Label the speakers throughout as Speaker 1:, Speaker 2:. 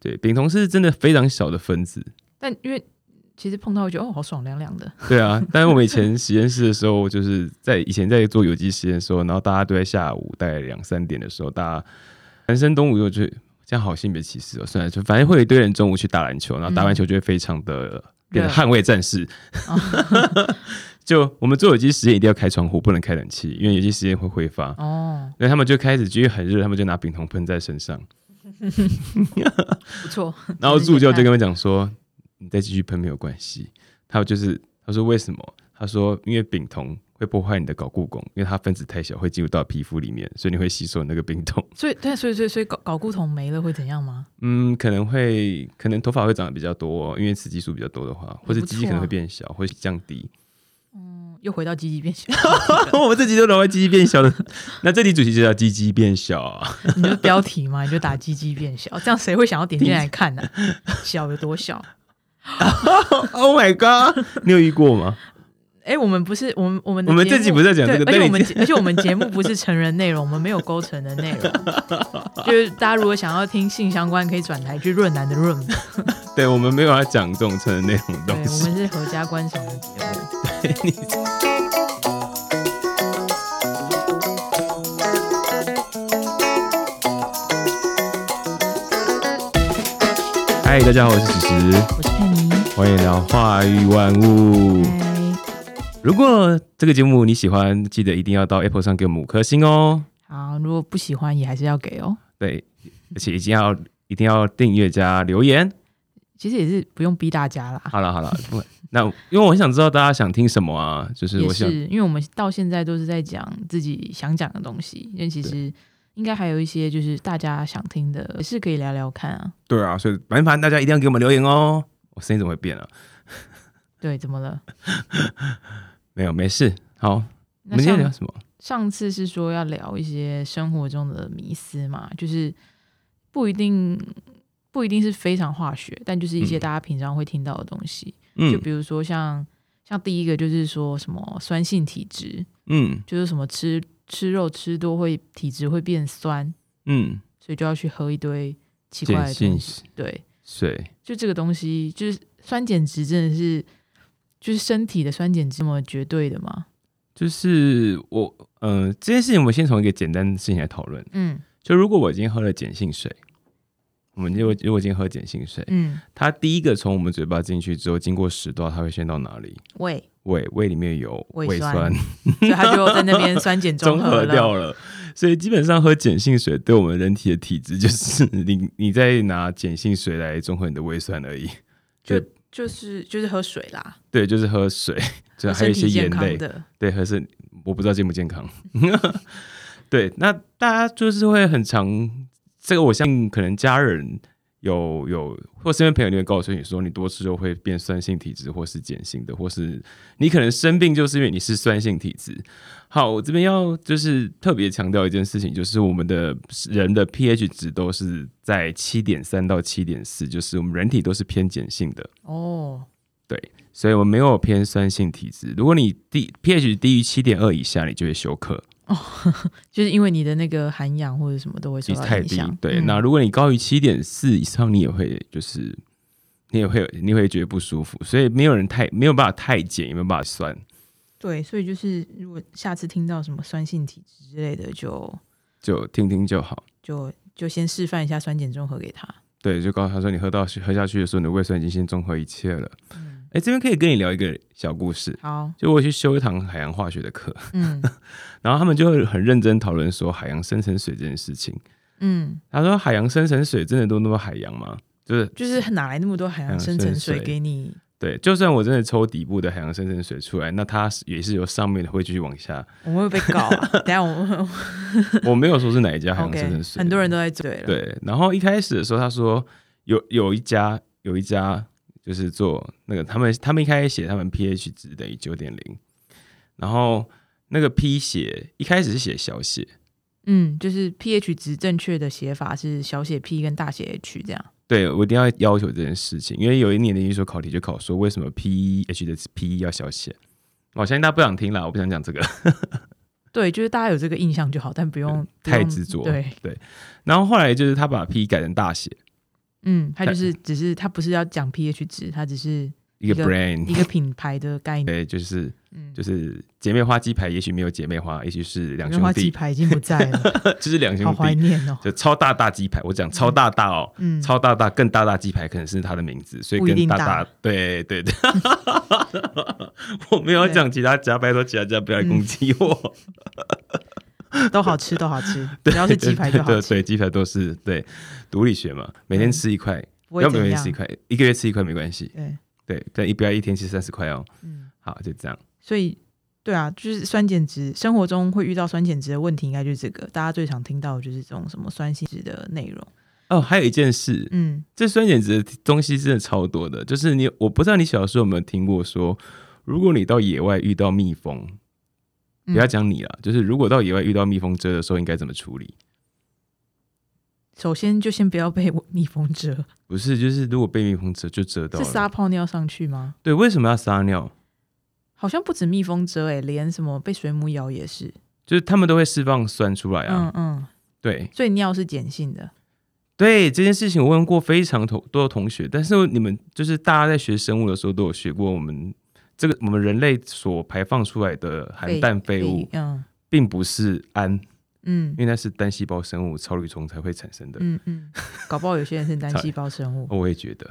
Speaker 1: 对，丙酮是真的非常小的分子，
Speaker 2: 但因为其实碰到会觉得哦，好爽凉凉的。
Speaker 1: 对啊，但是我们以前实验室的时候，就是在以前在做有机实验的时候，然后大家都在下午大概两三点的时候，大家男生中午就去，这样好性别歧视哦，算了，就反正会有一堆人中午去打篮球，然后打完球就会非常的变成
Speaker 2: 嗯热
Speaker 1: 捍卫战士。
Speaker 2: 哦
Speaker 1: 就我们做有机实验一定要开窗户，不能开冷气，因为有机实验会挥发。
Speaker 2: 哦，
Speaker 1: 那他们就开始，因为很热，他们就拿丙酮喷在身上。
Speaker 2: 不错。
Speaker 1: 然后助教就跟我讲说：“你再继续喷没有关系。”他就是他说为什么？他说因为丙酮会破坏你的睾固酮，因为它分子太小会进入到皮肤里面，所以你会吸收那个丙酮。
Speaker 2: 所以，对，所以，所以，所以搞搞固酮没了会怎样吗？
Speaker 1: 嗯，可能会可能头发会长得比较多，因为雌激素比较多的话，或者
Speaker 2: 不错啊
Speaker 1: 鸡鸡可能会变小，或者降低。
Speaker 2: 嗯又回到积极变小，
Speaker 1: 我们这集都聊到鸡鸡变小的， 那这集主题就叫鸡鸡变小啊。
Speaker 2: 你就是标题嘛，你就打积极变小，这样谁会想要点进来看呢、小有多小？
Speaker 1: Oh my god！你有遇过吗？
Speaker 2: 哎、我们不是我们我们的
Speaker 1: 我们
Speaker 2: 节目
Speaker 1: 这集不是在讲这个但
Speaker 2: 对而且
Speaker 1: 你
Speaker 2: 我们节而且我们节目不是成人内容，我们没有勾成人 内容。就是大家如果想要听性相关，可以转台去润男的润吧。
Speaker 1: 对我们没有要讲这种成人内容的
Speaker 2: 对，
Speaker 1: 东
Speaker 2: 我
Speaker 1: 西。
Speaker 2: 们是合家观赏的节目。
Speaker 1: 嗨，大家好，我是史实。
Speaker 2: 我是佩妮，
Speaker 1: 欢迎聊话语万物。如果这个节目你喜欢，记得一定要到 Apple 上给我们五颗星哦。
Speaker 2: 好，如果不喜欢也还是要给哦。
Speaker 1: 对，而且一定要一定要订阅加留言。
Speaker 2: 其实也是不用逼大家啦，
Speaker 1: 好了好了，不 那因为我很想知道大家想听什么啊，就是
Speaker 2: 也
Speaker 1: 我想
Speaker 2: 是因为我们到现在都是在讲自己想讲的东西，因为其实应该还有一些就是大家想听的，也是可以聊聊看啊。
Speaker 1: 对啊，所以麻烦大家一定要给我们留言哦。我声音怎么会变了、
Speaker 2: 对，怎么了？
Speaker 1: 没有，没事。好，我
Speaker 2: 那
Speaker 1: 们今天聊
Speaker 2: 上
Speaker 1: 什么？
Speaker 2: 上次是说要聊一些生活中的迷思嘛，就是不一定不一定是非常化学，但就是一些
Speaker 1: 嗯
Speaker 2: 大家平常会听到的东西，就
Speaker 1: 嗯
Speaker 2: 比如说像像第一个就是说什么酸性体质，
Speaker 1: 嗯
Speaker 2: 就是什么吃吃肉吃多会体质会变酸，
Speaker 1: 嗯，
Speaker 2: 所以就要去喝一堆奇怪
Speaker 1: 碱
Speaker 2: 的东
Speaker 1: 性
Speaker 2: 西。对，
Speaker 1: 水，
Speaker 2: 就这个东西，就是酸碱值真的是，就是身体的酸碱值这么绝对的吗？
Speaker 1: 就是我嗯、呃，这件事情我们先从一个简单的事情来讨论。
Speaker 2: 嗯
Speaker 1: 就如果我已经喝了碱性水，我们就如果已经喝碱性水，
Speaker 2: 嗯，
Speaker 1: 它第一个从我们嘴巴进去之后，经过食道，它会先到哪里？
Speaker 2: 喂，
Speaker 1: 胃，胃里面有
Speaker 2: 胃
Speaker 1: 胃
Speaker 2: 酸 所以它就在那边酸 碱
Speaker 1: 中
Speaker 2: 和
Speaker 1: 和
Speaker 2: 了。
Speaker 1: 掉了。所以基本上喝碱性水对我们人体的体质，就是你你在拿碱性水来中和你的胃酸而已。
Speaker 2: 就
Speaker 1: 对
Speaker 2: 就是就是喝水啦，
Speaker 1: 对，就是喝水，就
Speaker 2: 和
Speaker 1: 还有一
Speaker 2: 身
Speaker 1: 些
Speaker 2: 体健
Speaker 1: 盐
Speaker 2: 康
Speaker 1: 类。
Speaker 2: 的，
Speaker 1: 对，还是我不知道健不健康。 对，那大家就是会很常，这个我相信可能家人有有或身边朋友就会告诉你说，你多吃肉会变酸性体质，或是碱性的，或是你可能生病就是因为你是酸性体质。好，我这边要就是特别强调一件事情，就是我们的人的 pH 值都是在七点三到七点四，就是我们人体都是偏碱性的。
Speaker 2: 哦，
Speaker 1: 所以我没有偏酸性体质。如果你低 pH 低于七点二以下，你就会休克，
Speaker 2: 就是因为你的那个含氧或者什么都会受
Speaker 1: 就是
Speaker 2: 到
Speaker 1: 太
Speaker 2: 影
Speaker 1: 低
Speaker 2: 响。。
Speaker 1: 对，
Speaker 2: 嗯
Speaker 1: 那如果你高于七点四以上，你也会就是你也会有你会觉得不舒服。所以没有人太没有办法太碱，也没有办法酸。
Speaker 2: 对，所以就是如果下次听到什么酸性体质之类的，就
Speaker 1: 就听听就好。
Speaker 2: 就就先示范一下酸碱中和给他。
Speaker 1: 对，就告诉他说，你喝到喝下去的时候，你的胃酸已经先综合一切了。
Speaker 2: 嗯
Speaker 1: 哎、这边可以跟你聊一个小故事。
Speaker 2: 好，
Speaker 1: 就我去修一堂海洋化学的课，
Speaker 2: 嗯
Speaker 1: 然后他们就会很认真讨论说海洋生成水这件事情。
Speaker 2: 嗯，
Speaker 1: 他说：“海洋生成水真的都那么海洋吗？就是
Speaker 2: 就是哪来那么多海
Speaker 1: 嗯
Speaker 2: 洋生成水给你？
Speaker 1: 对，就算我真的抽底部的海洋深层水出来，那它是也是由上面的会继续往下。
Speaker 2: 我们会被告啊！等一下我们
Speaker 1: 我没有说是哪一家海洋深层
Speaker 2: OK，
Speaker 1: 水，
Speaker 2: 很多人都在追了。
Speaker 1: 对。然后一开始的时候，他说有有一家有一家就是做那个，他们他们一开始写他们 pH 值等于九点零，然后那个 P 写一开始是写小写，
Speaker 2: 嗯，就是 pH 值正确的写法是小写 p 跟大写 h 这样。
Speaker 1: 对我一定要要求这件事情，因为有一年的英语所考题就考说为什么 pH 的 P 要小写。我相信大家不想听啦，我不想讲这个。
Speaker 2: 对，就是大家有这个印象就好，但不用
Speaker 1: 太
Speaker 2: 不用
Speaker 1: 执着
Speaker 2: 对，
Speaker 1: 然后后来就是他把 P 改成大写，
Speaker 2: 嗯，它就是只是它不是要讲 pH 值，它只是
Speaker 1: 一个
Speaker 2: 一个
Speaker 1: brand，
Speaker 2: 一个品牌的概 念。
Speaker 1: 对，就是
Speaker 2: 嗯，
Speaker 1: 就是姐妹花鸡排，也许没有姐妹花，也许是两
Speaker 2: 梅花
Speaker 1: 兄弟，
Speaker 2: 鸡排已经不在了，
Speaker 1: 就是 两
Speaker 2: 好
Speaker 1: 兄
Speaker 2: 怀
Speaker 1: 弟，
Speaker 2: 念哦。
Speaker 1: 就超大大鸡排。我讲超大大哦，
Speaker 2: 嗯，
Speaker 1: 超大大更大大鸡排可能是它的名字，所以
Speaker 2: 不一
Speaker 1: 跟
Speaker 2: 定
Speaker 1: 大
Speaker 2: 大
Speaker 1: 大 对对对，我没有讲其他家，拜托其他家不要来
Speaker 2: 嗯
Speaker 1: 攻击我。
Speaker 2: 都好吃，都好吃， 只要是鸡排就
Speaker 1: 对
Speaker 2: 好
Speaker 1: 对
Speaker 2: 吃，
Speaker 1: 对，鸡排都是对毒理学嘛，每天吃一块，
Speaker 2: 不
Speaker 1: 不
Speaker 2: 会
Speaker 1: 要每
Speaker 2: 怎
Speaker 1: 天
Speaker 2: 样
Speaker 1: 吃一。块，一个月吃一块没关系。
Speaker 2: 对，
Speaker 1: 对，但一不要一天吃三十块哦。
Speaker 2: 嗯，
Speaker 1: 好，就这样。
Speaker 2: 所以对啊，就是酸碱值，生活中会遇到酸碱值的问题，应该就是这个，大家最常听到的就是这种什么酸性值的内容。
Speaker 1: 哦，还有一件事，
Speaker 2: 嗯，
Speaker 1: 这酸碱值的东西真的超多的，就是你，我不知道你小时候有没有听过说，如果你到野外遇到蜜蜂，
Speaker 2: 嗯
Speaker 1: 不要讲你了，就是如果到野外遇到蜜蜂蛰的时候，应该怎么处理？
Speaker 2: 首先就先不要被 蜜蜂蛰，
Speaker 1: 不是，就是如果被蜜蜂蛰就蛰到
Speaker 2: 是撒
Speaker 1: 了，
Speaker 2: 泡尿上去吗？
Speaker 1: 对，为什么要撒尿？
Speaker 2: 好像不止蜜蜂蛰，哎，连什么被水母咬也是。
Speaker 1: 就是他们都会释放酸出来啊。
Speaker 2: 嗯嗯，
Speaker 1: 对
Speaker 2: 所以尿是碱性的。
Speaker 1: 对，这件事情我问过非常同多的同学，但是你们就是大家在学生物的时候都有学过，我们这个我们人类所排放出来的含氮废物，
Speaker 2: 嗯
Speaker 1: 并不是氨，
Speaker 2: 嗯
Speaker 1: 因为那是单细胞生物草履虫才会产生的。
Speaker 2: 嗯 嗯，搞不好有些人是单细胞生物。
Speaker 1: 哦我也觉得，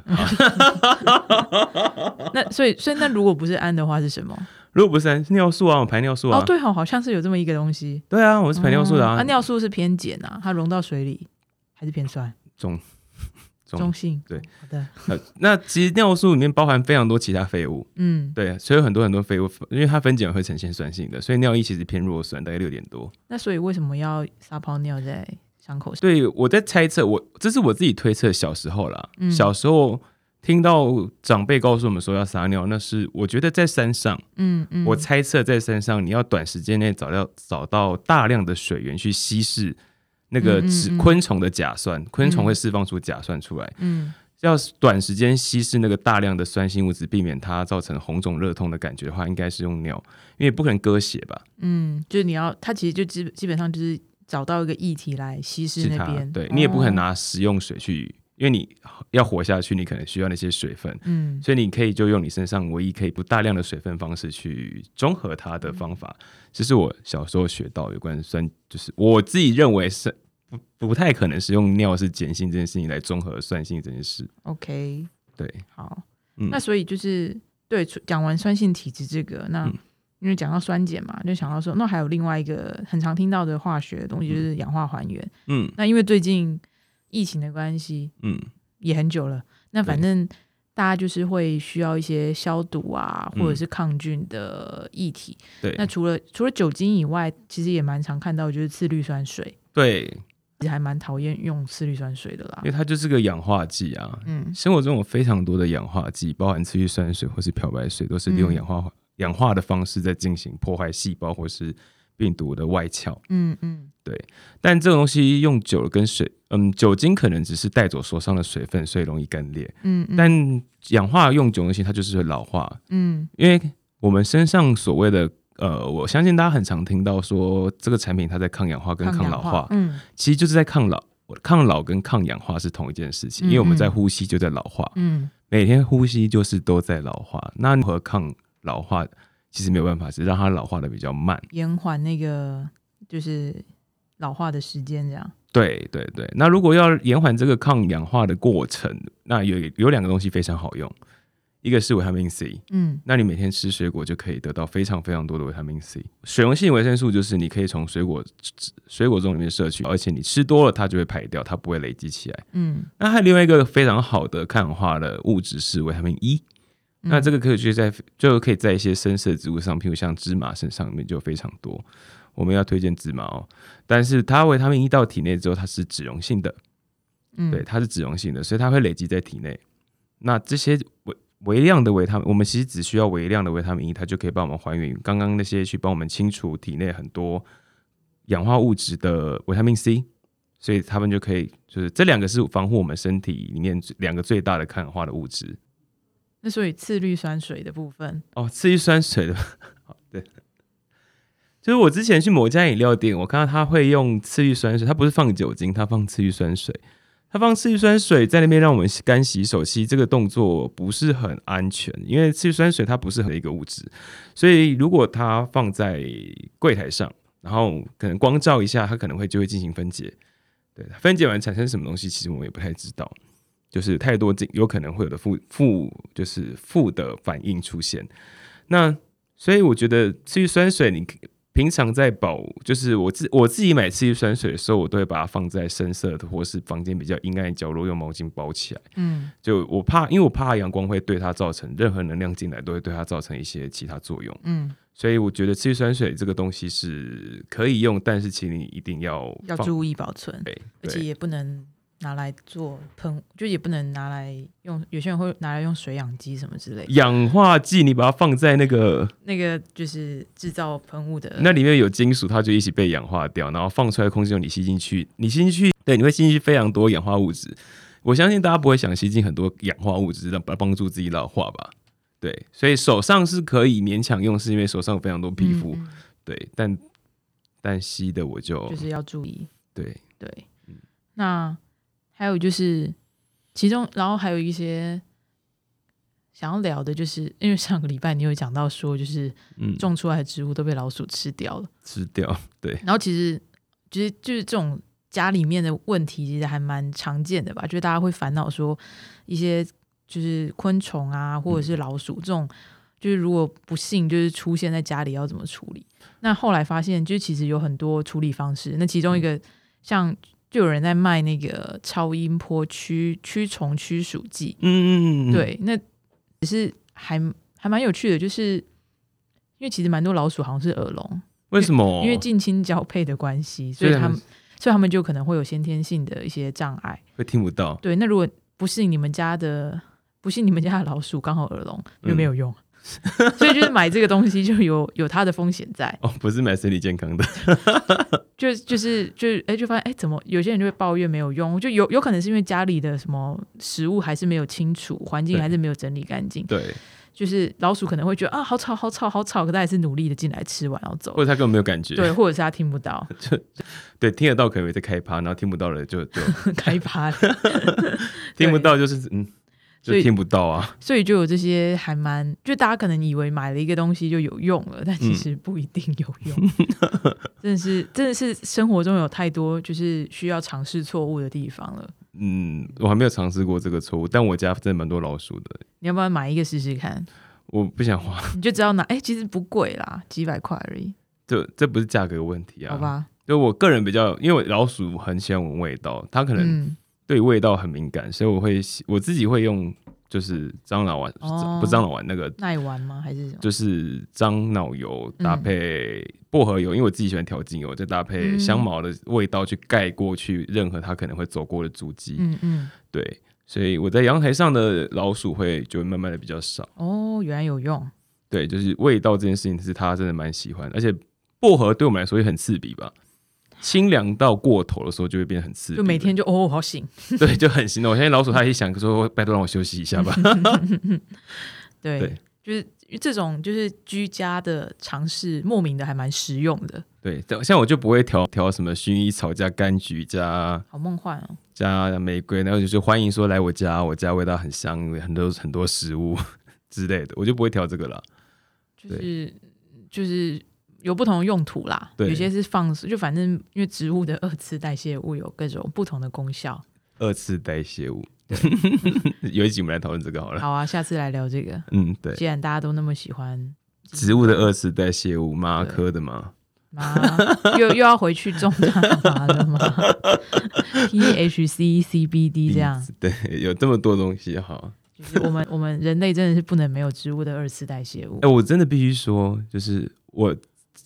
Speaker 2: 那所以所以那如果不是氨的话是什么？
Speaker 1: 如果不是氨是尿素啊，我排尿素啊，
Speaker 2: 哦，对哦，好像是有这么一个东西。
Speaker 1: 对啊，我是排尿素的
Speaker 2: 哦
Speaker 1: 啊，
Speaker 2: 啊尿素是偏碱啊，它溶到水里还是偏酸，
Speaker 1: 中中
Speaker 2: 中性。
Speaker 1: 对，
Speaker 2: 好的，
Speaker 1: 呃那其实尿素里面包含非常多其他废物，
Speaker 2: 嗯，
Speaker 1: 对，啊所以有很多很多废物，因为它分解会呈现酸性的，所以尿液其实偏弱酸，大概六点多。
Speaker 2: 那所以为什么要撒泡尿在伤口上？
Speaker 1: 对，我在猜测，我这是我自己推测，小时候啦，
Speaker 2: 嗯
Speaker 1: 小时候听到长辈告诉我们说要撒尿，那是我觉得在山上，
Speaker 2: 嗯嗯，
Speaker 1: 我猜测在山上你要短时间内找到找到大量的水源去稀释那个
Speaker 2: 嗯嗯
Speaker 1: 指
Speaker 2: 嗯
Speaker 1: 昆虫的甲酸，昆虫会释放出甲酸出来，
Speaker 2: 嗯
Speaker 1: 要短时间稀释那个大量的酸性物质，避免它造成红肿热痛的感觉的话，应该是用尿，因为不可能割血吧？
Speaker 2: 嗯，就是你要，它其实就基基本上就是找到一个液体来稀释
Speaker 1: 是
Speaker 2: 那
Speaker 1: 它
Speaker 2: 边，，
Speaker 1: 对你也不可能
Speaker 2: 哦，
Speaker 1: 拿食用水去，因为你要活下去，你可能需要那些水分，
Speaker 2: 嗯
Speaker 1: 所以你可以就用你身上唯一可以不大量的水分方式去中和它的方法。这是我小时候学到有关酸，就是我自己认为是不不太可能是用尿是碱性这件事情来中和酸性这件事。
Speaker 2: ，OK，
Speaker 1: 对，
Speaker 2: 好，
Speaker 1: 嗯
Speaker 2: 那所以就是对，除讲完酸性体质这个，那
Speaker 1: 嗯
Speaker 2: 因为讲到酸碱嘛，就想到说，那还有另外一个很常听到的化学的东西，就是氧化还原。
Speaker 1: 嗯
Speaker 2: 那因为最近疫情的关系，
Speaker 1: 嗯，
Speaker 2: 也很久了，那反正大家就是会需要一些消毒啊，
Speaker 1: 嗯
Speaker 2: 或者是抗菌的液体。
Speaker 1: 对
Speaker 2: 那除了除了酒精以外，其实也蛮常看到就是次氯酸水，
Speaker 1: 对，
Speaker 2: 其实还蛮讨厌用次氯酸水的啦
Speaker 1: 因为。它就是个氧化剂啊。
Speaker 2: 嗯
Speaker 1: 生活中有非常多的氧化剂，包含次氯酸水或是漂白水，都是利用
Speaker 2: 嗯
Speaker 1: 氧化、氧化的方式在进行破坏细胞或是病毒的外壳。
Speaker 2: 嗯嗯
Speaker 1: 但这种东西用久了跟水，嗯，酒精可能只是带走手上的水分，所以容易干裂。
Speaker 2: 嗯嗯
Speaker 1: 但氧化用久的东西，它就是会老化，
Speaker 2: 嗯
Speaker 1: 因为我们身上所谓的。呃，我相信大家很常听到说这个产品它在抗氧化跟抗
Speaker 2: 氧
Speaker 1: 老
Speaker 2: 化
Speaker 1: 化，
Speaker 2: 嗯
Speaker 1: 其实就是在抗老、抗老跟抗氧化是同一件事情，因为我们
Speaker 2: 嗯嗯
Speaker 1: 在呼吸就在老化，
Speaker 2: 嗯
Speaker 1: 每天呼吸就是都在老化。那如何抗老化？其实没有办法，只是让它老化的比较慢。
Speaker 2: 延缓那个就是老化的时间这样。
Speaker 1: 对对对，那如果要延缓这个抗氧化的过程，那有有两个东西非常好用，一个是维他命 C，
Speaker 2: 嗯
Speaker 1: 那你每天吃水果就可以得到非常非常多的维他命 C。水溶性维生素就是你可以从水果水果中里面摄取，而且你吃多了它就会排掉，它不会累积起来。
Speaker 2: 嗯，
Speaker 1: 那还有另外一个非常好的抗氧化的物质是维他命 E，那这
Speaker 2: 个
Speaker 1: 个可以就在就可以在一些深色植物上，譬如像芝麻身上面就非常多。我们要推荐芝麻哦，但是它维他命 E 到体内之后，它是脂溶性的，
Speaker 2: 嗯
Speaker 1: 对，它是脂溶性的，所以它会累积在体内。那这些微微量的维他命，我们其实只需要微量的维他命 E，它就可以帮我们还原刚刚那些去帮我们清除体内很多氧化物质的维他命 C，所以它们就可以就是这两个是防护我们身体里面最两个最大的抗氧化的物质。
Speaker 2: 那所以次氯酸水的部分，
Speaker 1: 哦，次氯酸水的， 好对，就是我之前去某一家饮料店，我看到他会用次氯酸水，他不是放酒精，他放次氯酸水，它放次氯酸水在那边让我们洗干洗手洗这个动作不是很安全，因为次氯酸水它不是很一个物质，所以如果它放在柜台上，然后可能光照一下，它可能会就会进行分解。对，分解完产生什么东西，其实我们也不太知道，就是太多进有可能会有的负负就是负的反应出现。那所以我觉得次氯酸水，你平常在保，就是我自我自己买次氯酸水的时候，我都会把它放在深色的或是房间比较阴暗的角落，用毛巾包起来。
Speaker 2: 嗯
Speaker 1: 就我怕，因为我怕阳光会对它造成任何能量进来，都会对它造成一些其他作用。
Speaker 2: 嗯，
Speaker 1: 所以我觉得次氯酸水这个东西是可以用，但是请你一定要
Speaker 2: 要
Speaker 1: 放
Speaker 2: 注意保存，
Speaker 1: 对，
Speaker 2: 而
Speaker 1: 对
Speaker 2: 且也不能拿来做喷，就也不能拿来用，有些人会拿来用水养机什么之类的，
Speaker 1: 氧化剂你把它放在那个
Speaker 2: 那个就是制造喷雾的，
Speaker 1: 那里面有金属，它就一起被氧化掉，然后放出来的空气中你吸进去，你吸进去，对，你会吸进去非常多氧化物质。我相信大家不会想吸进很多氧化物质，让帮助自己老化吧？对，所以手上是可以勉强用，是因为手上有非常多皮肤，哦
Speaker 2: 嗯
Speaker 1: 对，但但吸的我就、
Speaker 2: 嗯就是要注意。
Speaker 1: 对，
Speaker 2: 对，
Speaker 1: 嗯
Speaker 2: 那还有就是，其中然后还有一些想要聊的，就是因为上个礼拜你有讲到说，就是
Speaker 1: 嗯，
Speaker 2: 种出来的植物都被老鼠吃掉了，
Speaker 1: 吃掉，对，
Speaker 2: 然后其实其实就是这种家里面的问题，其实还蛮常见的吧，就是大家会烦恼说一些就是昆虫啊，或者是老鼠这种。就是如果不幸就是出现在家里要怎么处理？那后来发现，就是其实有很多处理方式。那其中一个像就有人在卖那个超音波驱驱虫驱鼠剂，
Speaker 1: 嗯嗯嗯，嗯，
Speaker 2: 对，那只是还还蛮有趣的，就是因为其实蛮多老鼠好像是耳聋，
Speaker 1: 为什么？
Speaker 2: 因为近亲交配的关系，哦所以他们所以他们就可能会有先天性的一些障碍。
Speaker 1: 会听不到，
Speaker 2: 对，那如果不是你们家的，不是你们家的老鼠刚好耳聋，就没有用。 所以就是买这个东西就有有它的风险在，
Speaker 1: 哦，不是买身体健康 的，
Speaker 2: 就就是就是哎、就发现哎、怎么有些人就会抱怨没有用，就有有可能是因为家里的什么食物还是没有清除，环境
Speaker 1: 对
Speaker 2: 还是没有整理干净，
Speaker 1: 对，
Speaker 2: 就是老鼠可能会觉得啊好吵好吵好吵，可它还是努力的进来吃完然后走
Speaker 1: 或，者他根本没有感觉，
Speaker 2: 对，或者是它听不 到，
Speaker 1: 对，听得到可能会在开趴，然后听不到了就 就
Speaker 2: 开趴了。
Speaker 1: 听不到就是嗯，
Speaker 2: 所
Speaker 1: 就
Speaker 2: 以
Speaker 1: 听不到啊。
Speaker 2: 所以就有这些还蛮，就大家可能以为买了一个东西就有用了，
Speaker 1: 嗯
Speaker 2: 但其实不一定有用。 真的是，真的是生活中有太多就是需要尝试错误的地方了。
Speaker 1: 嗯，我还没有尝试过这个错误，但我家真的蛮多老鼠的，
Speaker 2: 你要不要买一个试试看？
Speaker 1: 我不想花。
Speaker 2: 你就知道拿，哎、其实不贵啦，几百块而已，
Speaker 1: 这 这不是价格问题啊，
Speaker 2: 好？吧？
Speaker 1: 就我个人比较，因为我老鼠很喜欢闻味道，它可能
Speaker 2: 嗯，
Speaker 1: 对味道很敏感，所以我会喜我自己会用就是樟脑丸，
Speaker 2: 哦
Speaker 1: 不是樟脑丸那个
Speaker 2: 耐玩吗？还是什么？
Speaker 1: 就是樟脑油搭配薄荷油，因为我自己喜欢调精油，再搭配
Speaker 2: 嗯
Speaker 1: 香茅的味道去盖过去任何它可能会走过的足迹。
Speaker 2: 嗯嗯，
Speaker 1: 对，所以我在阳台上的老鼠会就会慢慢的比较少。
Speaker 2: 哦，原来有用。
Speaker 1: 对，就是味道这件事情是他真的蛮喜欢，而且薄荷对我们来说也很刺鼻吧。清凉到过头的时候就会变得很刺鼻，
Speaker 2: 就每天就哦，好醒。
Speaker 1: 对就很心动。我现在老鼠它一想说，拜托让我休息一下吧。
Speaker 2: 对，
Speaker 1: 对
Speaker 2: 就是这种就是居家的尝试，莫名的还蛮实用的，
Speaker 1: 对，像我就不会调调什么薰衣草加柑橘加
Speaker 2: 好梦幻哦。
Speaker 1: 加玫瑰，然后就是欢迎说来我家，我家味道很香，有很多很多食物 之类的，我就不会调这个了。
Speaker 2: 就是就是有不同的用途啦，
Speaker 1: 对
Speaker 2: 有些是放松，就反正因为植物的二次代谢物有各种不同的 功效。
Speaker 1: 二次代谢物， 有一集我们来讨论这个好了。
Speaker 2: 好啊，下次来聊这个。
Speaker 1: 嗯，对。
Speaker 2: 既然大家都那么喜欢
Speaker 1: 植物的二次代谢物，马科的嘛，
Speaker 2: 麻，又又要回去种大麻了吗？THC、CBD 这样，
Speaker 1: 对，有这么多东西哈。
Speaker 2: 就是我们我们人类真的是不能没有植物的二次代谢物
Speaker 1: 哎、。我真的必须说，就是我，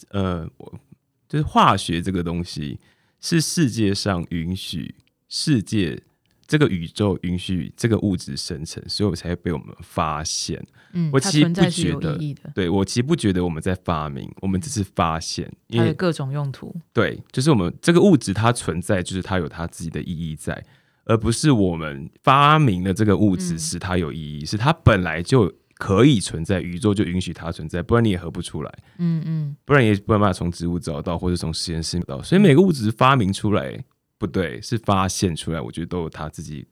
Speaker 1: 呃，我就是化学这个东西是世界上允许世界这个宇宙允许这个物质生成，所以我才会被我们发现。
Speaker 2: 嗯，
Speaker 1: 我
Speaker 2: 它
Speaker 1: 其实
Speaker 2: 存在
Speaker 1: 不
Speaker 2: 是有
Speaker 1: 觉得
Speaker 2: 意义的，
Speaker 1: 对我其实不觉得我们在发明，我们只是发现，因
Speaker 2: 它的
Speaker 1: 为
Speaker 2: 各种用途。
Speaker 1: 对，就是我们这个物质它存在，就是它有它自己的意义在，而不是我们发明了这个物质
Speaker 2: 嗯
Speaker 1: 使它有意义，是它本来就可以存在，宇宙就允许它存在，不然你也合不出来，
Speaker 2: 嗯嗯，
Speaker 1: 不然也没办法从植物找到，或者从实验室找到。所以每个物质发明出来，不不对，是发现出来，我觉得都有它自己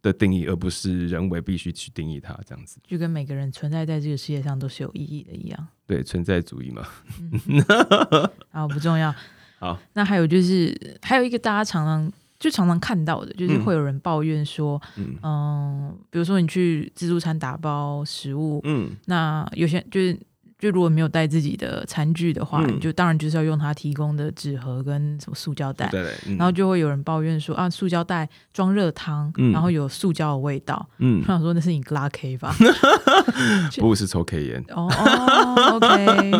Speaker 1: 的定义，而不是人为必须去定义它这样子。
Speaker 2: 就跟每个人存在在这个世界上都是有意义的一样。
Speaker 1: 对，存在主义嘛，
Speaker 2: 啊，不重要。
Speaker 1: 好，
Speaker 2: 那还有就是，还有一个大家常常就常常看到的，就是
Speaker 1: 嗯
Speaker 2: 会有人抱怨说，
Speaker 1: 嗯
Speaker 2: 嗯、比如说你去自助餐打包食物，
Speaker 1: 嗯
Speaker 2: 那有些就是。就如果没有带自己的餐具的话，
Speaker 1: 嗯
Speaker 2: 你就当然就是要用他提供的纸盒跟什么塑胶袋，
Speaker 1: 对对，嗯
Speaker 2: 然后就会有人抱怨说啊，塑胶袋装热汤，
Speaker 1: 嗯
Speaker 2: 然后有塑胶的味道。
Speaker 1: 嗯
Speaker 2: 我，想说那是你拉 K 吧？
Speaker 1: 不是抽 K 烟，
Speaker 2: 哦哦，OK，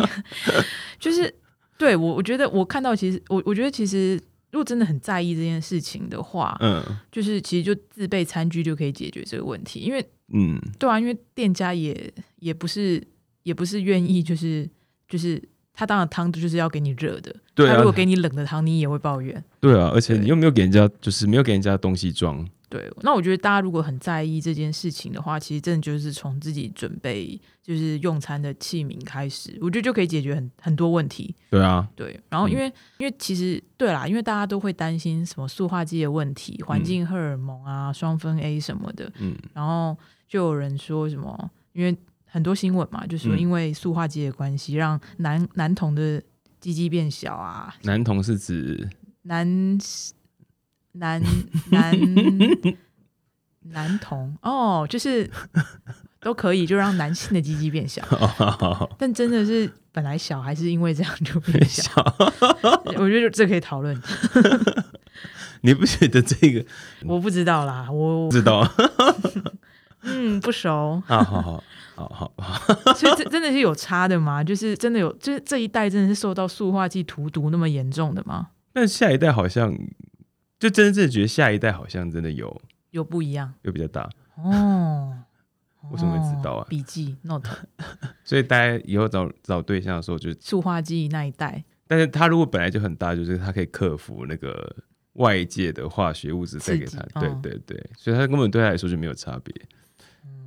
Speaker 2: 就是对我，我觉得我看到其实我我觉得其实如果真的很在意这件事情的话，
Speaker 1: 嗯
Speaker 2: 就是其实就自备餐具就可以解决这个问题，因为
Speaker 1: 嗯，
Speaker 2: 对啊，因为店家也也不是也不是愿意就是就是。他当然汤就是要给你热的，
Speaker 1: 对
Speaker 2: 他
Speaker 1: 啊
Speaker 2: 如果，给你冷的汤，你也会抱怨。
Speaker 1: 对啊，而且
Speaker 2: 对
Speaker 1: 你又没有给人家，就是没有给人家东西装，
Speaker 2: 对，那我觉得大家如果很在意这件事情的话，其实真的就是从自己准备就是用餐的器皿开始，我觉得就可以解决很很多问题。
Speaker 1: 对啊，
Speaker 2: 对，然后因
Speaker 1: 嗯
Speaker 2: 为、因为其实对啦，因为大家都会担心什么塑化剂的问题、环
Speaker 1: 嗯
Speaker 2: 境荷尔蒙啊、双酚 A 什么的，
Speaker 1: 嗯
Speaker 2: 然后就有人说什么，因为很多新闻嘛，就说
Speaker 1: 嗯
Speaker 2: 因为塑化剂的关系，让男男童的鸡鸡变小啊，
Speaker 1: 男同是 指，
Speaker 2: 男男男男童哦，就是 都可以，就让男性的鸡鸡变小
Speaker 1: 哦，
Speaker 2: 但真的是本来小还是因为这样就变小，我觉得这可以讨论。
Speaker 1: 你不觉得这个
Speaker 2: 我不知道啦，我
Speaker 1: 不知 道？
Speaker 2: 嗯不熟，
Speaker 1: 啊，好好好好好，
Speaker 2: 所以这真的是有差的吗？就是真的有，就是这一代真的是受到塑化剂荼毒那么严重的吗？
Speaker 1: 但下一代好像就真正觉得下一代好像真的有
Speaker 2: 有不一样
Speaker 1: 有比较大，
Speaker 2: 哦。
Speaker 1: 我怎么会知道啊
Speaker 2: 哦笔记 note
Speaker 1: 所以大家以后找找对象的时候就，
Speaker 2: 塑化剂那一代
Speaker 1: 但是他如果本来就很大，就是他可以克服那个外界的化学物质带给他
Speaker 2: 刺激，
Speaker 1: 对
Speaker 2: 嗯
Speaker 1: 对对，所以他根本对他来说就没有差别，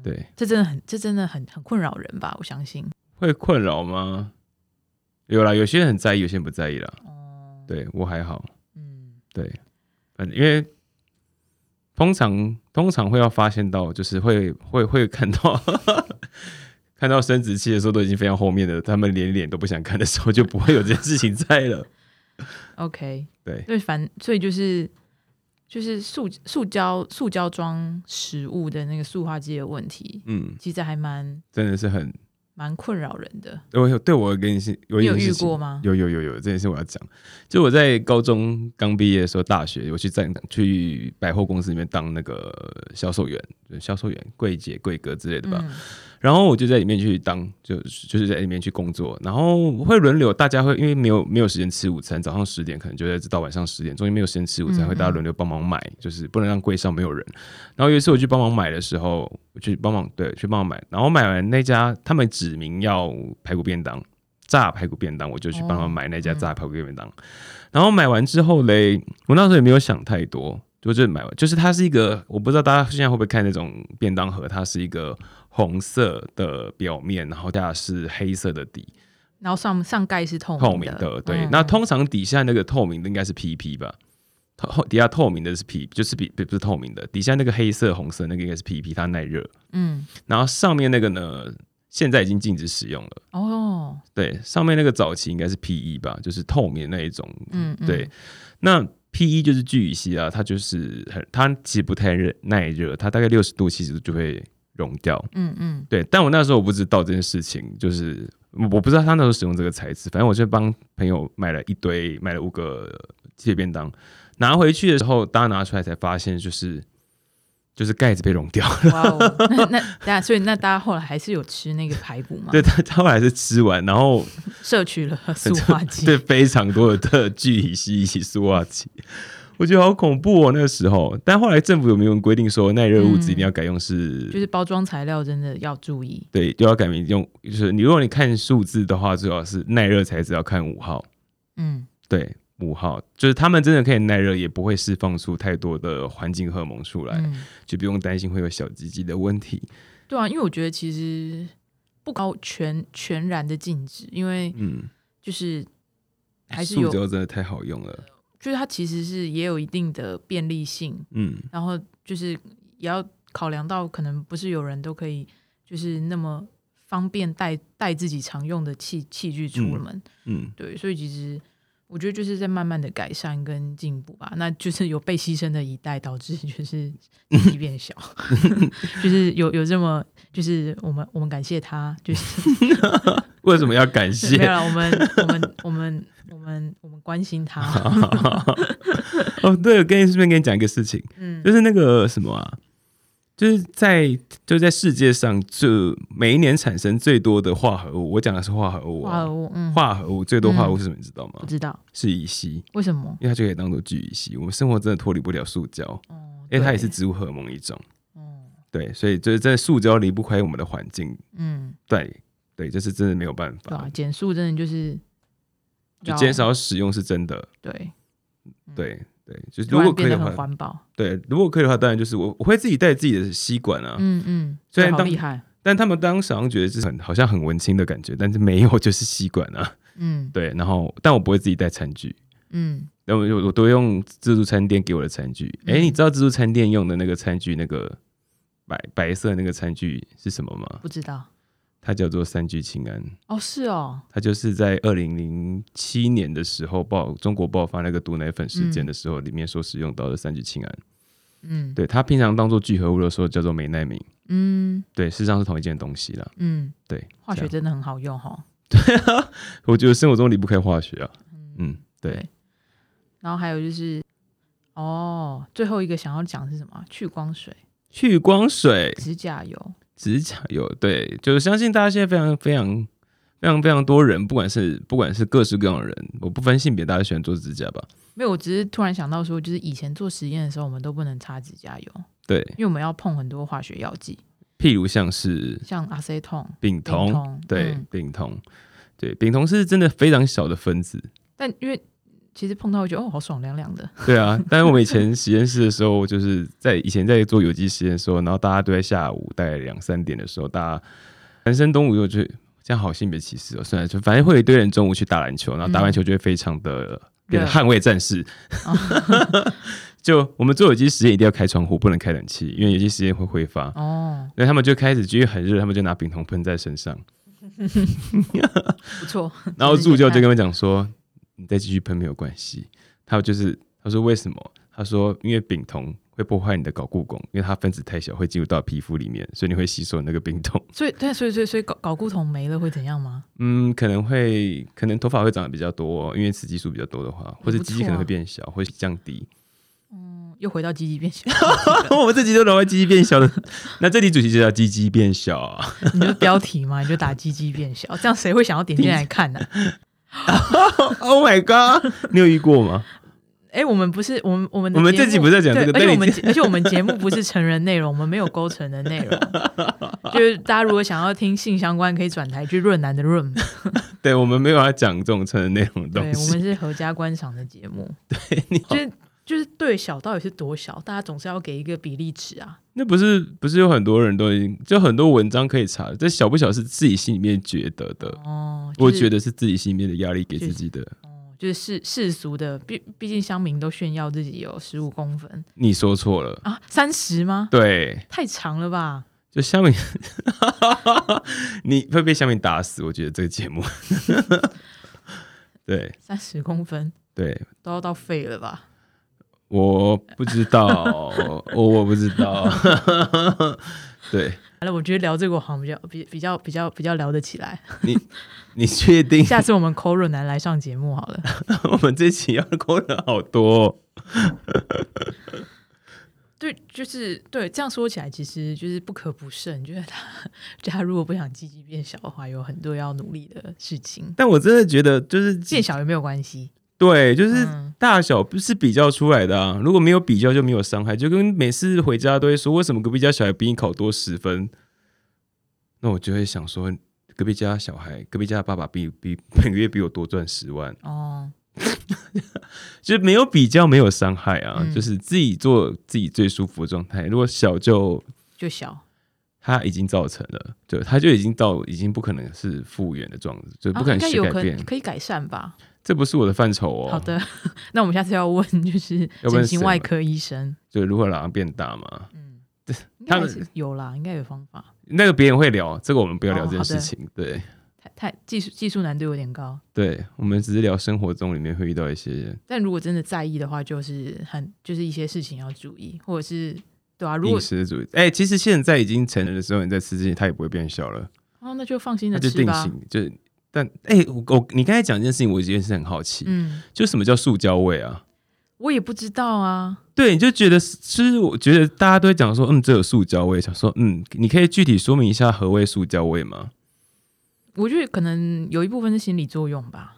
Speaker 1: 对，
Speaker 2: 这真的很，这真的很很困扰人吧？我相信。
Speaker 1: 会困扰吗？有啦，有些人很在意，有些人不在意啦。
Speaker 2: 哦，
Speaker 1: 对我还好，
Speaker 2: 嗯，
Speaker 1: 对，嗯，因为通常通常会要发现到，就是会会会看到 看到生殖器的时候，都已经非常后面的，他们连脸都不想看的时候，就不会有这件事情在了。
Speaker 2: OK，
Speaker 1: 对，
Speaker 2: 对，反所以就是就是塑塑胶塑胶装食物的那个塑化剂的问题，
Speaker 1: 嗯，
Speaker 2: 其实还蛮
Speaker 1: 真的是很，
Speaker 2: 蛮困扰人的。
Speaker 1: 我有对我跟你是有一
Speaker 2: 你有
Speaker 1: 件
Speaker 2: 遇
Speaker 1: 事情
Speaker 2: 过。吗？
Speaker 1: 有有有有，这件事我要讲。就我在高中刚毕业的时候，大学我去站去百货公司里面当那个销售员，就是销售员、柜姐、柜哥之类的吧。
Speaker 2: 嗯
Speaker 1: 然后我就在里面去当，就就是在里面去工作，然后会轮流，大家会因为没有没有时间吃午餐，早上十点可能就在到晚上十点，中间没有时间吃午餐，
Speaker 2: 嗯
Speaker 1: 会大家轮流帮忙买，就是不能让柜上没有人。然后有一次我去帮忙买的时候，我去帮忙对去帮忙买，然后买完那家他们指明要排骨便当，炸排骨便当，我就去帮忙买那家炸排骨便当。然后买完之后嘞，我那时候也没有想太多，就就是买完，就是它是一个，我不知道大家现在会不会看那种便当盒，它是一个红色的表面，然后下是黑色的底，
Speaker 2: 然后上上盖是透
Speaker 1: 透
Speaker 2: 明
Speaker 1: 明
Speaker 2: 的，
Speaker 1: 的。对，
Speaker 2: 嗯
Speaker 1: 那通常底下那个透明的应该是 PP 吧。透底下透明的是 P，就是比不是透明的，底下那个黑色、红色那个应该是 PP，它耐热。
Speaker 2: 嗯
Speaker 1: 然后上面那个呢，现在已经禁止使用了。
Speaker 2: 哦
Speaker 1: 对，上面那个早期应该是 PE 吧，就是透明那一种。
Speaker 2: 嗯嗯
Speaker 1: 对，那 PE 就是聚乙烯啊，它就是很，它其实不太热耐热，它大概六十度其实就会溶掉。
Speaker 2: 嗯嗯
Speaker 1: 对，但我那时候我不知道这件事情，就是我我不知道他那时候使用这个材质，反正我就帮朋友买了一堆，买了五个蟹便当，拿回去的时候，大家拿出来才发现就是就是盖子被溶掉，
Speaker 2: 哇哦， 那那大家所以那大家后来还是有吃那个排骨嘛，
Speaker 1: 对，他他后来是吃完，然后
Speaker 2: 摄 取了 塑化剂，
Speaker 1: 对非常多的特 聚乙烯以及塑化剂，我觉得好恐怖哦那个时候。但后来政府有明文规定说，耐热物质一定要改用是，
Speaker 2: 嗯就是包装材料真的要注意。
Speaker 1: 对，就要改名用，就是你如果你看数字的话，最好是耐热材质要看五号，
Speaker 2: 嗯，
Speaker 1: 对，五号就是他们真的可以耐热，也不会释放出太多的环境荷尔蒙出来，
Speaker 2: 嗯
Speaker 1: 就不用担心会有小鸡鸡的问题。
Speaker 2: 对啊，因为我觉得其实不高全全然的禁止，因为
Speaker 1: 嗯，
Speaker 2: 就是还是
Speaker 1: 塑
Speaker 2: 有
Speaker 1: 胶真的太好用了，
Speaker 2: 就是它其实是也有一定的便利性，
Speaker 1: 嗯
Speaker 2: 然后就是也要考量到可能不是有人都可以就是那么方便带带自己常用的器器具出门，
Speaker 1: 嗯
Speaker 2: 对，所以其实我觉得就是在慢慢的改善跟进步吧。那就是有被牺牲的一代，导致 就是自己变小， 就是有有这么就是我们我们感谢他，就是
Speaker 1: 为什么要感
Speaker 2: 没 有
Speaker 1: 谢？
Speaker 2: 了，我们我们我们我们我们关心 他，
Speaker 1: 哦，对，我跟你顺便跟你讲一个事情，
Speaker 2: 嗯
Speaker 1: 就是那个什么啊，就是在就是在世界上就每一年产生最多的化合物，我讲的是化合物、
Speaker 2: 哇
Speaker 1: 啊，
Speaker 2: 哦，嗯，
Speaker 1: 化合物最多化合物是什么？你知道吗
Speaker 2: 不？知道
Speaker 1: 是乙烯，
Speaker 2: 为什么
Speaker 1: 因为它就可以当做聚乙烯。我们生活真的脱离不了塑胶，
Speaker 2: 哦，
Speaker 1: 因为它也
Speaker 2: 对
Speaker 1: 是植物荷尔蒙一种。
Speaker 2: 哦，
Speaker 1: 对，所以就是真的塑胶离不开我们的环境，
Speaker 2: 嗯，
Speaker 1: 对对，这是真的没有办
Speaker 2: 对
Speaker 1: 法
Speaker 2: 啊，，减速真的就是
Speaker 1: 就
Speaker 2: 要
Speaker 1: 减少使用是真的，
Speaker 2: 对，嗯
Speaker 1: 对对，就是
Speaker 2: 突
Speaker 1: 如
Speaker 2: 然
Speaker 1: 果可以
Speaker 2: 变
Speaker 1: 的
Speaker 2: 得很
Speaker 1: 话，啊
Speaker 2: 环保，
Speaker 1: 对，如果可以的话，当然就是我我会自己带自己的吸管啊，
Speaker 2: 嗯嗯，
Speaker 1: 虽
Speaker 2: 这
Speaker 1: 然
Speaker 2: 好
Speaker 1: 当
Speaker 2: 厉害，
Speaker 1: 但他们当时好像觉得是很好像很文青的感觉，但是没有，就是吸管啊，
Speaker 2: 嗯
Speaker 1: 对，然后但我不会自己带餐具。
Speaker 2: 嗯，
Speaker 1: 然后我就我都用自助餐店给我的餐具。哎、
Speaker 2: 嗯
Speaker 1: 你知道自助餐店用的那个餐具，那个白白色那个餐具是什么吗？
Speaker 2: 不知道。
Speaker 1: 它叫做三聚氰胺。
Speaker 2: 哦，是哦，
Speaker 1: 它就是在二零零七年的时候爆中国爆发那个毒奶粉事件的时候，里面所使用到的三聚氰胺。
Speaker 2: 嗯，，
Speaker 1: 对，它平常当做聚合物的时候叫做美奈明。
Speaker 2: 嗯
Speaker 1: 对，事实上是同一件东西啦。
Speaker 2: 嗯，
Speaker 1: 对，
Speaker 2: 化
Speaker 1: 这
Speaker 2: 学
Speaker 1: 样，
Speaker 2: 真的很好用哈。
Speaker 1: 我觉得生活中离不开化学啊。嗯，对
Speaker 2: 对，然后还有就是，哦，最后一个想要讲的是什么啊？去光水、
Speaker 1: 去光水
Speaker 2: 指甲油，
Speaker 1: 指甲油，对，就是相信大家现在非常非常非常非常多人，不管是不管是各式各样的人，我不分性别，大家喜欢做指甲吧？
Speaker 2: 没有，我只是突然想到说，就是以前做实验的时候，我们都不能擦指甲油，
Speaker 1: 对，
Speaker 2: 因为我们要碰很多化学药剂，
Speaker 1: 譬如像是
Speaker 2: 像阿 C 痛、
Speaker 1: 丙
Speaker 2: 丙
Speaker 1: 酮，
Speaker 2: 酮，
Speaker 1: 嗯对
Speaker 2: 嗯，
Speaker 1: 丙酮，对，丙酮是真的非常小的分子，
Speaker 2: 但因为其实碰到会觉得哦，好爽凉凉的，
Speaker 1: 对啊。但是我们以前实验室的时候，就是在以前在做有机实验的时候，然后大家都在下午大概两三点的时候，大家男生中午就去。这样好性别歧视哦，虽然就反正会有一堆人中午去打篮球，然后打完球就会非常的变成
Speaker 2: 热
Speaker 1: 捍卫战士， 就我们做有机实验一定要开窗户，不能开冷气，因为有机实验会挥发。
Speaker 2: 哦，
Speaker 1: 那他们就开始，因为很热，他们就拿丙酮喷在身上。
Speaker 2: 不错。
Speaker 1: 然后助教就
Speaker 2: 这
Speaker 1: 跟
Speaker 2: 个
Speaker 1: 我讲说：“你再继续喷没有关系。”他就是他说为什么？他说因为丙酮会破坏你的睾固酮，因为它分子太小，会进入到皮肤里面，所以你会吸收那个丙酮。
Speaker 2: 所以对，所以所以所以搞搞固酮没了会怎样吗？
Speaker 1: 嗯，可能会可能头发会长得比较多，因为雌激素比较多的话，或者
Speaker 2: 不
Speaker 1: 鸡鸡可
Speaker 2: 错
Speaker 1: 能会
Speaker 2: 啊
Speaker 1: 变小，会降低。
Speaker 2: 嗯，又回到积极变形，
Speaker 1: 我们这集都聊完鸡鸡变小的， 那这里主题就叫鸡鸡变小啊。
Speaker 2: 你就标题嘛，你就打“鸡鸡变小”，这样谁会想要点进来 看呢、
Speaker 1: Oh my god！你 有遇过吗？
Speaker 2: 哎、我们不是我们我们的
Speaker 1: 我们
Speaker 2: 节目
Speaker 1: 这集不是在讲这个
Speaker 2: 对
Speaker 1: 但
Speaker 2: 而且
Speaker 1: 你
Speaker 2: 我们节而且我们节目不是成人内容，我们没有勾成人内 容，就是大家如果想要听性相关，可以转台去润男的润，
Speaker 1: 对我们没有要讲这种成人内容的
Speaker 2: 对
Speaker 1: 东
Speaker 2: 我
Speaker 1: 西。
Speaker 2: 们是合家观赏的节目，
Speaker 1: 你好
Speaker 2: 就是就是对小到底是多小，大家总是要给一个比例尺啊，
Speaker 1: 那不是不是有很多人都已经就很多文章可以查，这小不小是自己心里面觉得的，
Speaker 2: 哦，
Speaker 1: 我觉
Speaker 2: 得
Speaker 1: 得是自己心里面的压力给自己的。
Speaker 2: 就是世世俗的，毕毕竟乡民都炫耀自己有十五公分
Speaker 1: 你说错了，
Speaker 2: 啊，三十吗？
Speaker 1: 对，
Speaker 2: 太长了吧？
Speaker 1: 就下面 你会被下面打死，我觉得这个节目。 对
Speaker 2: 三十公分
Speaker 1: 对，
Speaker 2: 都要到肺了吧？
Speaker 1: 我不知道，我我不知道， 对
Speaker 2: 完了，我觉得聊这个我好像比较比比较比较比较聊得起来。
Speaker 1: 你确定
Speaker 2: 下次我们口润男来上节目好了。
Speaker 1: 我们这期要扣了好多、哦。
Speaker 2: 对，就是对，这样说起来，其实就是不可不慎。就是他， 就他如果不想积极变小的话，有很多要努力的事情。
Speaker 1: 但我真的觉得，就是
Speaker 2: 变小也没有关系，
Speaker 1: 对，就是
Speaker 2: 嗯
Speaker 1: 大小不是比较出来的啊。如果没有比较，就没有伤害。就跟每次回家都会说，为什么隔壁家小孩比你考多十分？那我就会想说，隔壁家小孩，隔壁家的爸爸比比每个月比我多赚十万，
Speaker 2: 哦，
Speaker 1: 就是没有比较，没有伤害啊。
Speaker 2: 嗯
Speaker 1: 就是自己做自己最舒服的状态。如果小就
Speaker 2: 就小，
Speaker 1: 它已经造成了，对，它就已经到已经不可能是复原的状态，就不可
Speaker 2: 啊、
Speaker 1: 能
Speaker 2: 应该
Speaker 1: 去
Speaker 2: 有
Speaker 1: 改
Speaker 2: 可
Speaker 1: 变。
Speaker 2: 可以改善吧？
Speaker 1: 这不是我的范畴哦。
Speaker 2: 好，的， 那我们下次要问就是
Speaker 1: 要问
Speaker 2: 整形
Speaker 1: 谁
Speaker 2: 外
Speaker 1: 嘛
Speaker 2: 科医生，
Speaker 1: 就如何让它变大嘛？
Speaker 2: 嗯，应
Speaker 1: 他
Speaker 2: 该还
Speaker 1: 们
Speaker 2: 是有啦，应该有方法。
Speaker 1: 那个别人会聊，这个我们不要聊
Speaker 2: 哦
Speaker 1: 这件
Speaker 2: 好的
Speaker 1: 事情。对，
Speaker 2: 太太技术技术难度有点高，
Speaker 1: 对，我们只是聊生活中里面会遇到一些
Speaker 2: 但如果真的在意的话，就是很就是一些事情要注意，或者是对啊，如果
Speaker 1: 饮食主义。哎、其实现在已经成人的时候，你在吃这些，它也不会变小了，
Speaker 2: 哦，那就放心
Speaker 1: 它
Speaker 2: 的
Speaker 1: 就
Speaker 2: 吃
Speaker 1: 定
Speaker 2: 吧。
Speaker 1: 型。就是，但哎、我我你刚才讲一件事情，我有一件事很好奇，
Speaker 2: 嗯，
Speaker 1: 就什么叫塑胶味啊？
Speaker 2: 我也不知道啊，
Speaker 1: 对，你就觉得是，其实我觉得大家都会讲说，嗯，这有塑胶味，想说，嗯，你可以具体说明一下何谓塑胶味吗？
Speaker 2: 我觉得可能有一部分是心理作用吧，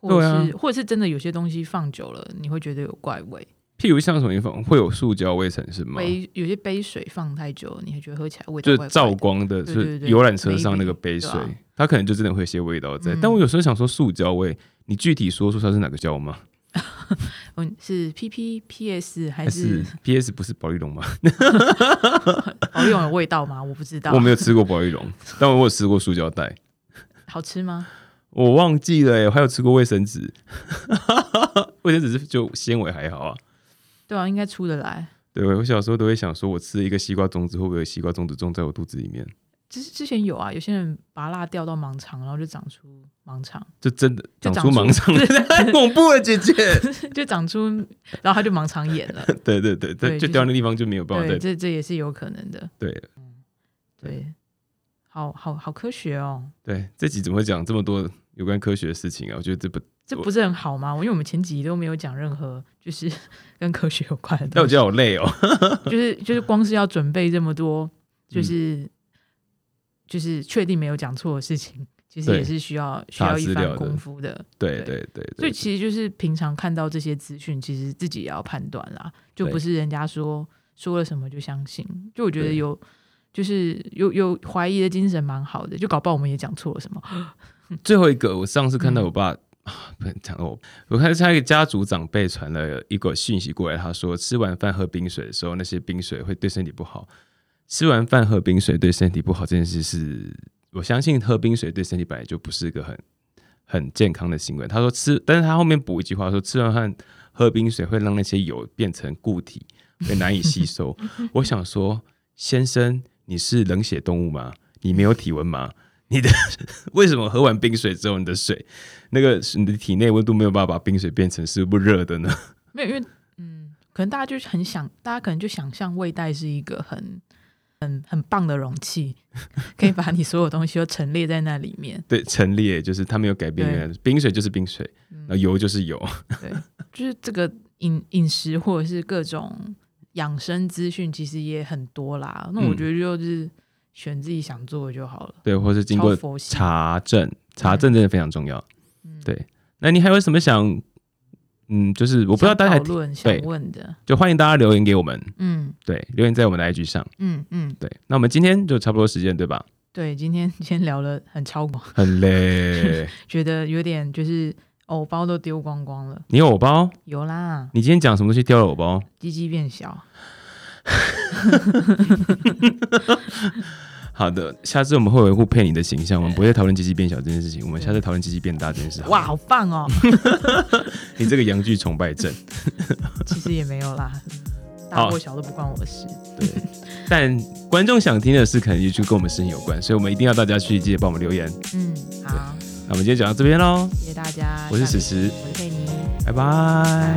Speaker 2: 或者
Speaker 1: 对啊
Speaker 2: 是、或者是真的有些东西放久了，你会觉得有怪味。
Speaker 1: 譬如像什么地方会有塑胶味产生吗？
Speaker 2: 杯有些杯水放太久了，你会觉得喝起来味道
Speaker 1: 就
Speaker 2: 怪
Speaker 1: 是
Speaker 2: 怪
Speaker 1: 照
Speaker 2: 的
Speaker 1: 光的，
Speaker 2: 对
Speaker 1: 就
Speaker 2: 对
Speaker 1: 是
Speaker 2: 对
Speaker 1: 游览车上那个
Speaker 2: maybe，
Speaker 1: 杯水
Speaker 2: 对啊，
Speaker 1: 它可能就真的会有些味道在。
Speaker 2: 嗯
Speaker 1: 但我有时候想说，塑胶味，你具体说出它是哪个胶吗？
Speaker 2: 嗯，是 P P P S 还
Speaker 1: 还
Speaker 2: 是
Speaker 1: 是 PS 不是保丽龙吗？
Speaker 2: 保利龙哦有味道吗？我不知道
Speaker 1: 我，没有吃过保丽龙，但我有吃过塑胶袋，
Speaker 2: 好吃吗？
Speaker 1: 我忘记了耶，欸我还有吃过卫生纸， 卫生纸是就纤维还好啊。
Speaker 2: 对啊，应该出得来。
Speaker 1: 对，我小时候都会想说，我吃了一个西瓜种子，会不会有西瓜种子种在我肚子里面？
Speaker 2: 之之前有啊，有些人拔蜡掉到盲肠，然后就长出盲肠，
Speaker 1: 就真的
Speaker 2: 就
Speaker 1: 长
Speaker 2: 长
Speaker 1: 出盲肠，太恐怖了， 姐姐。
Speaker 2: 就长出，然后他就盲肠炎 了。
Speaker 1: 对对对
Speaker 2: 对
Speaker 1: 对，
Speaker 2: 就
Speaker 1: 就是掉那地方就没有办法
Speaker 2: 对，
Speaker 1: 再
Speaker 2: 这这也是有可能的。
Speaker 1: 对对
Speaker 2: 对，好好好科学哦，
Speaker 1: 对，这集怎么会讲这么多有关科学的事情啊？我觉得这不，
Speaker 2: 这不是很好吗？因为我们前几集都没有讲任何就是 跟科学有关的
Speaker 1: 但
Speaker 2: 东
Speaker 1: 我
Speaker 2: 西，
Speaker 1: 觉得好累哦。
Speaker 2: 就是就是光是要准备这么
Speaker 1: 嗯
Speaker 2: 多，就是、就是确定没有讲错的事情，其实
Speaker 1: 对
Speaker 2: 也是需要需
Speaker 1: 查
Speaker 2: 要一
Speaker 1: 资料
Speaker 2: 番
Speaker 1: 的
Speaker 2: 功夫的。
Speaker 1: 对
Speaker 2: 对
Speaker 1: 对对
Speaker 2: 所以
Speaker 1: 对，
Speaker 2: 其实就是平常看到这些资讯，其实自己也要判断啦，就
Speaker 1: 对
Speaker 2: 不是人家说说了什么就相信。就我觉得
Speaker 1: 对
Speaker 2: 有就是有有怀疑的精神蛮好的，就搞不好我们也讲错了什么。
Speaker 1: 最后一个，我上次看到我爸。啊，不能讲我，我看他一个家族长辈传了一个讯息过来，他说吃完饭喝冰水的时候，那些冰水会对身体不好。吃完饭喝冰水对身体不好这件事是，我相信喝冰水对身体本来就不是一个很很健康的行为。他说吃，但是他后面补一句话说，吃完饭喝冰水会让那些油变成固体，会难以吸收。我想说，先生，你是冷血动物吗？你没有体温吗？你的为什么喝完冰水之后，你的水那个你的体内温度没有办法把冰水变成是不热的呢？
Speaker 2: 没有，因为嗯，可能大家就是很想，大家可能就想象胃袋是一个很很很棒的容器， 可以把你所有东西都陈列在那里面。
Speaker 1: 对，陈列就是它没有改变
Speaker 2: 对
Speaker 1: 原来的冰水就是冰水，
Speaker 2: 嗯
Speaker 1: 然后油就是油。
Speaker 2: 对，就是这个饮饮食或者是各种养生资讯，其实也很多啦。那我
Speaker 1: 嗯
Speaker 2: 觉得就是选自己想做的就好了。
Speaker 1: 对，或是经
Speaker 2: 超嗯
Speaker 1: 过
Speaker 2: 佛系，
Speaker 1: 查证，查证真的非常重要。对，那你还有什么想？嗯，就是我
Speaker 2: 我
Speaker 1: 不知道大家
Speaker 2: 讨论想
Speaker 1: 对
Speaker 2: 问的，
Speaker 1: 就欢迎大家留言给我们，
Speaker 2: 嗯
Speaker 1: 对，留言在我们的 IG 上。
Speaker 2: 嗯嗯，
Speaker 1: 对，那我们今天就差不多时间对吧？
Speaker 2: 对，今天 先聊了很超广，
Speaker 1: 很累，
Speaker 2: 觉得有点就是藕包都丢光光了。
Speaker 1: 你有我包？
Speaker 2: 有啦，
Speaker 1: 你今天讲什么东西丢了我包？
Speaker 2: 鸡鸡变 小，
Speaker 1: 好的，下次我们会维护佩妮的形象，我们不会再讨论鸡鸡变小这件事情，我们下次讨论鸡鸡变大这件事。
Speaker 2: 哇，，好棒哦！
Speaker 1: 你这个洋剧崇拜症，
Speaker 2: 其实也没有啦，大
Speaker 1: 好
Speaker 2: 或小都不关我的事。
Speaker 1: 对。但观众想听的是，可能也就跟我们事情有关，所以我们一定要大家去记得帮我们留言。
Speaker 2: 嗯，好，
Speaker 1: 那我们今天讲到这边喽，
Speaker 2: 谢谢大家。
Speaker 1: 我是
Speaker 2: 下个
Speaker 1: 史实，
Speaker 2: 我是佩妮，
Speaker 1: 拜拜。
Speaker 2: 拜。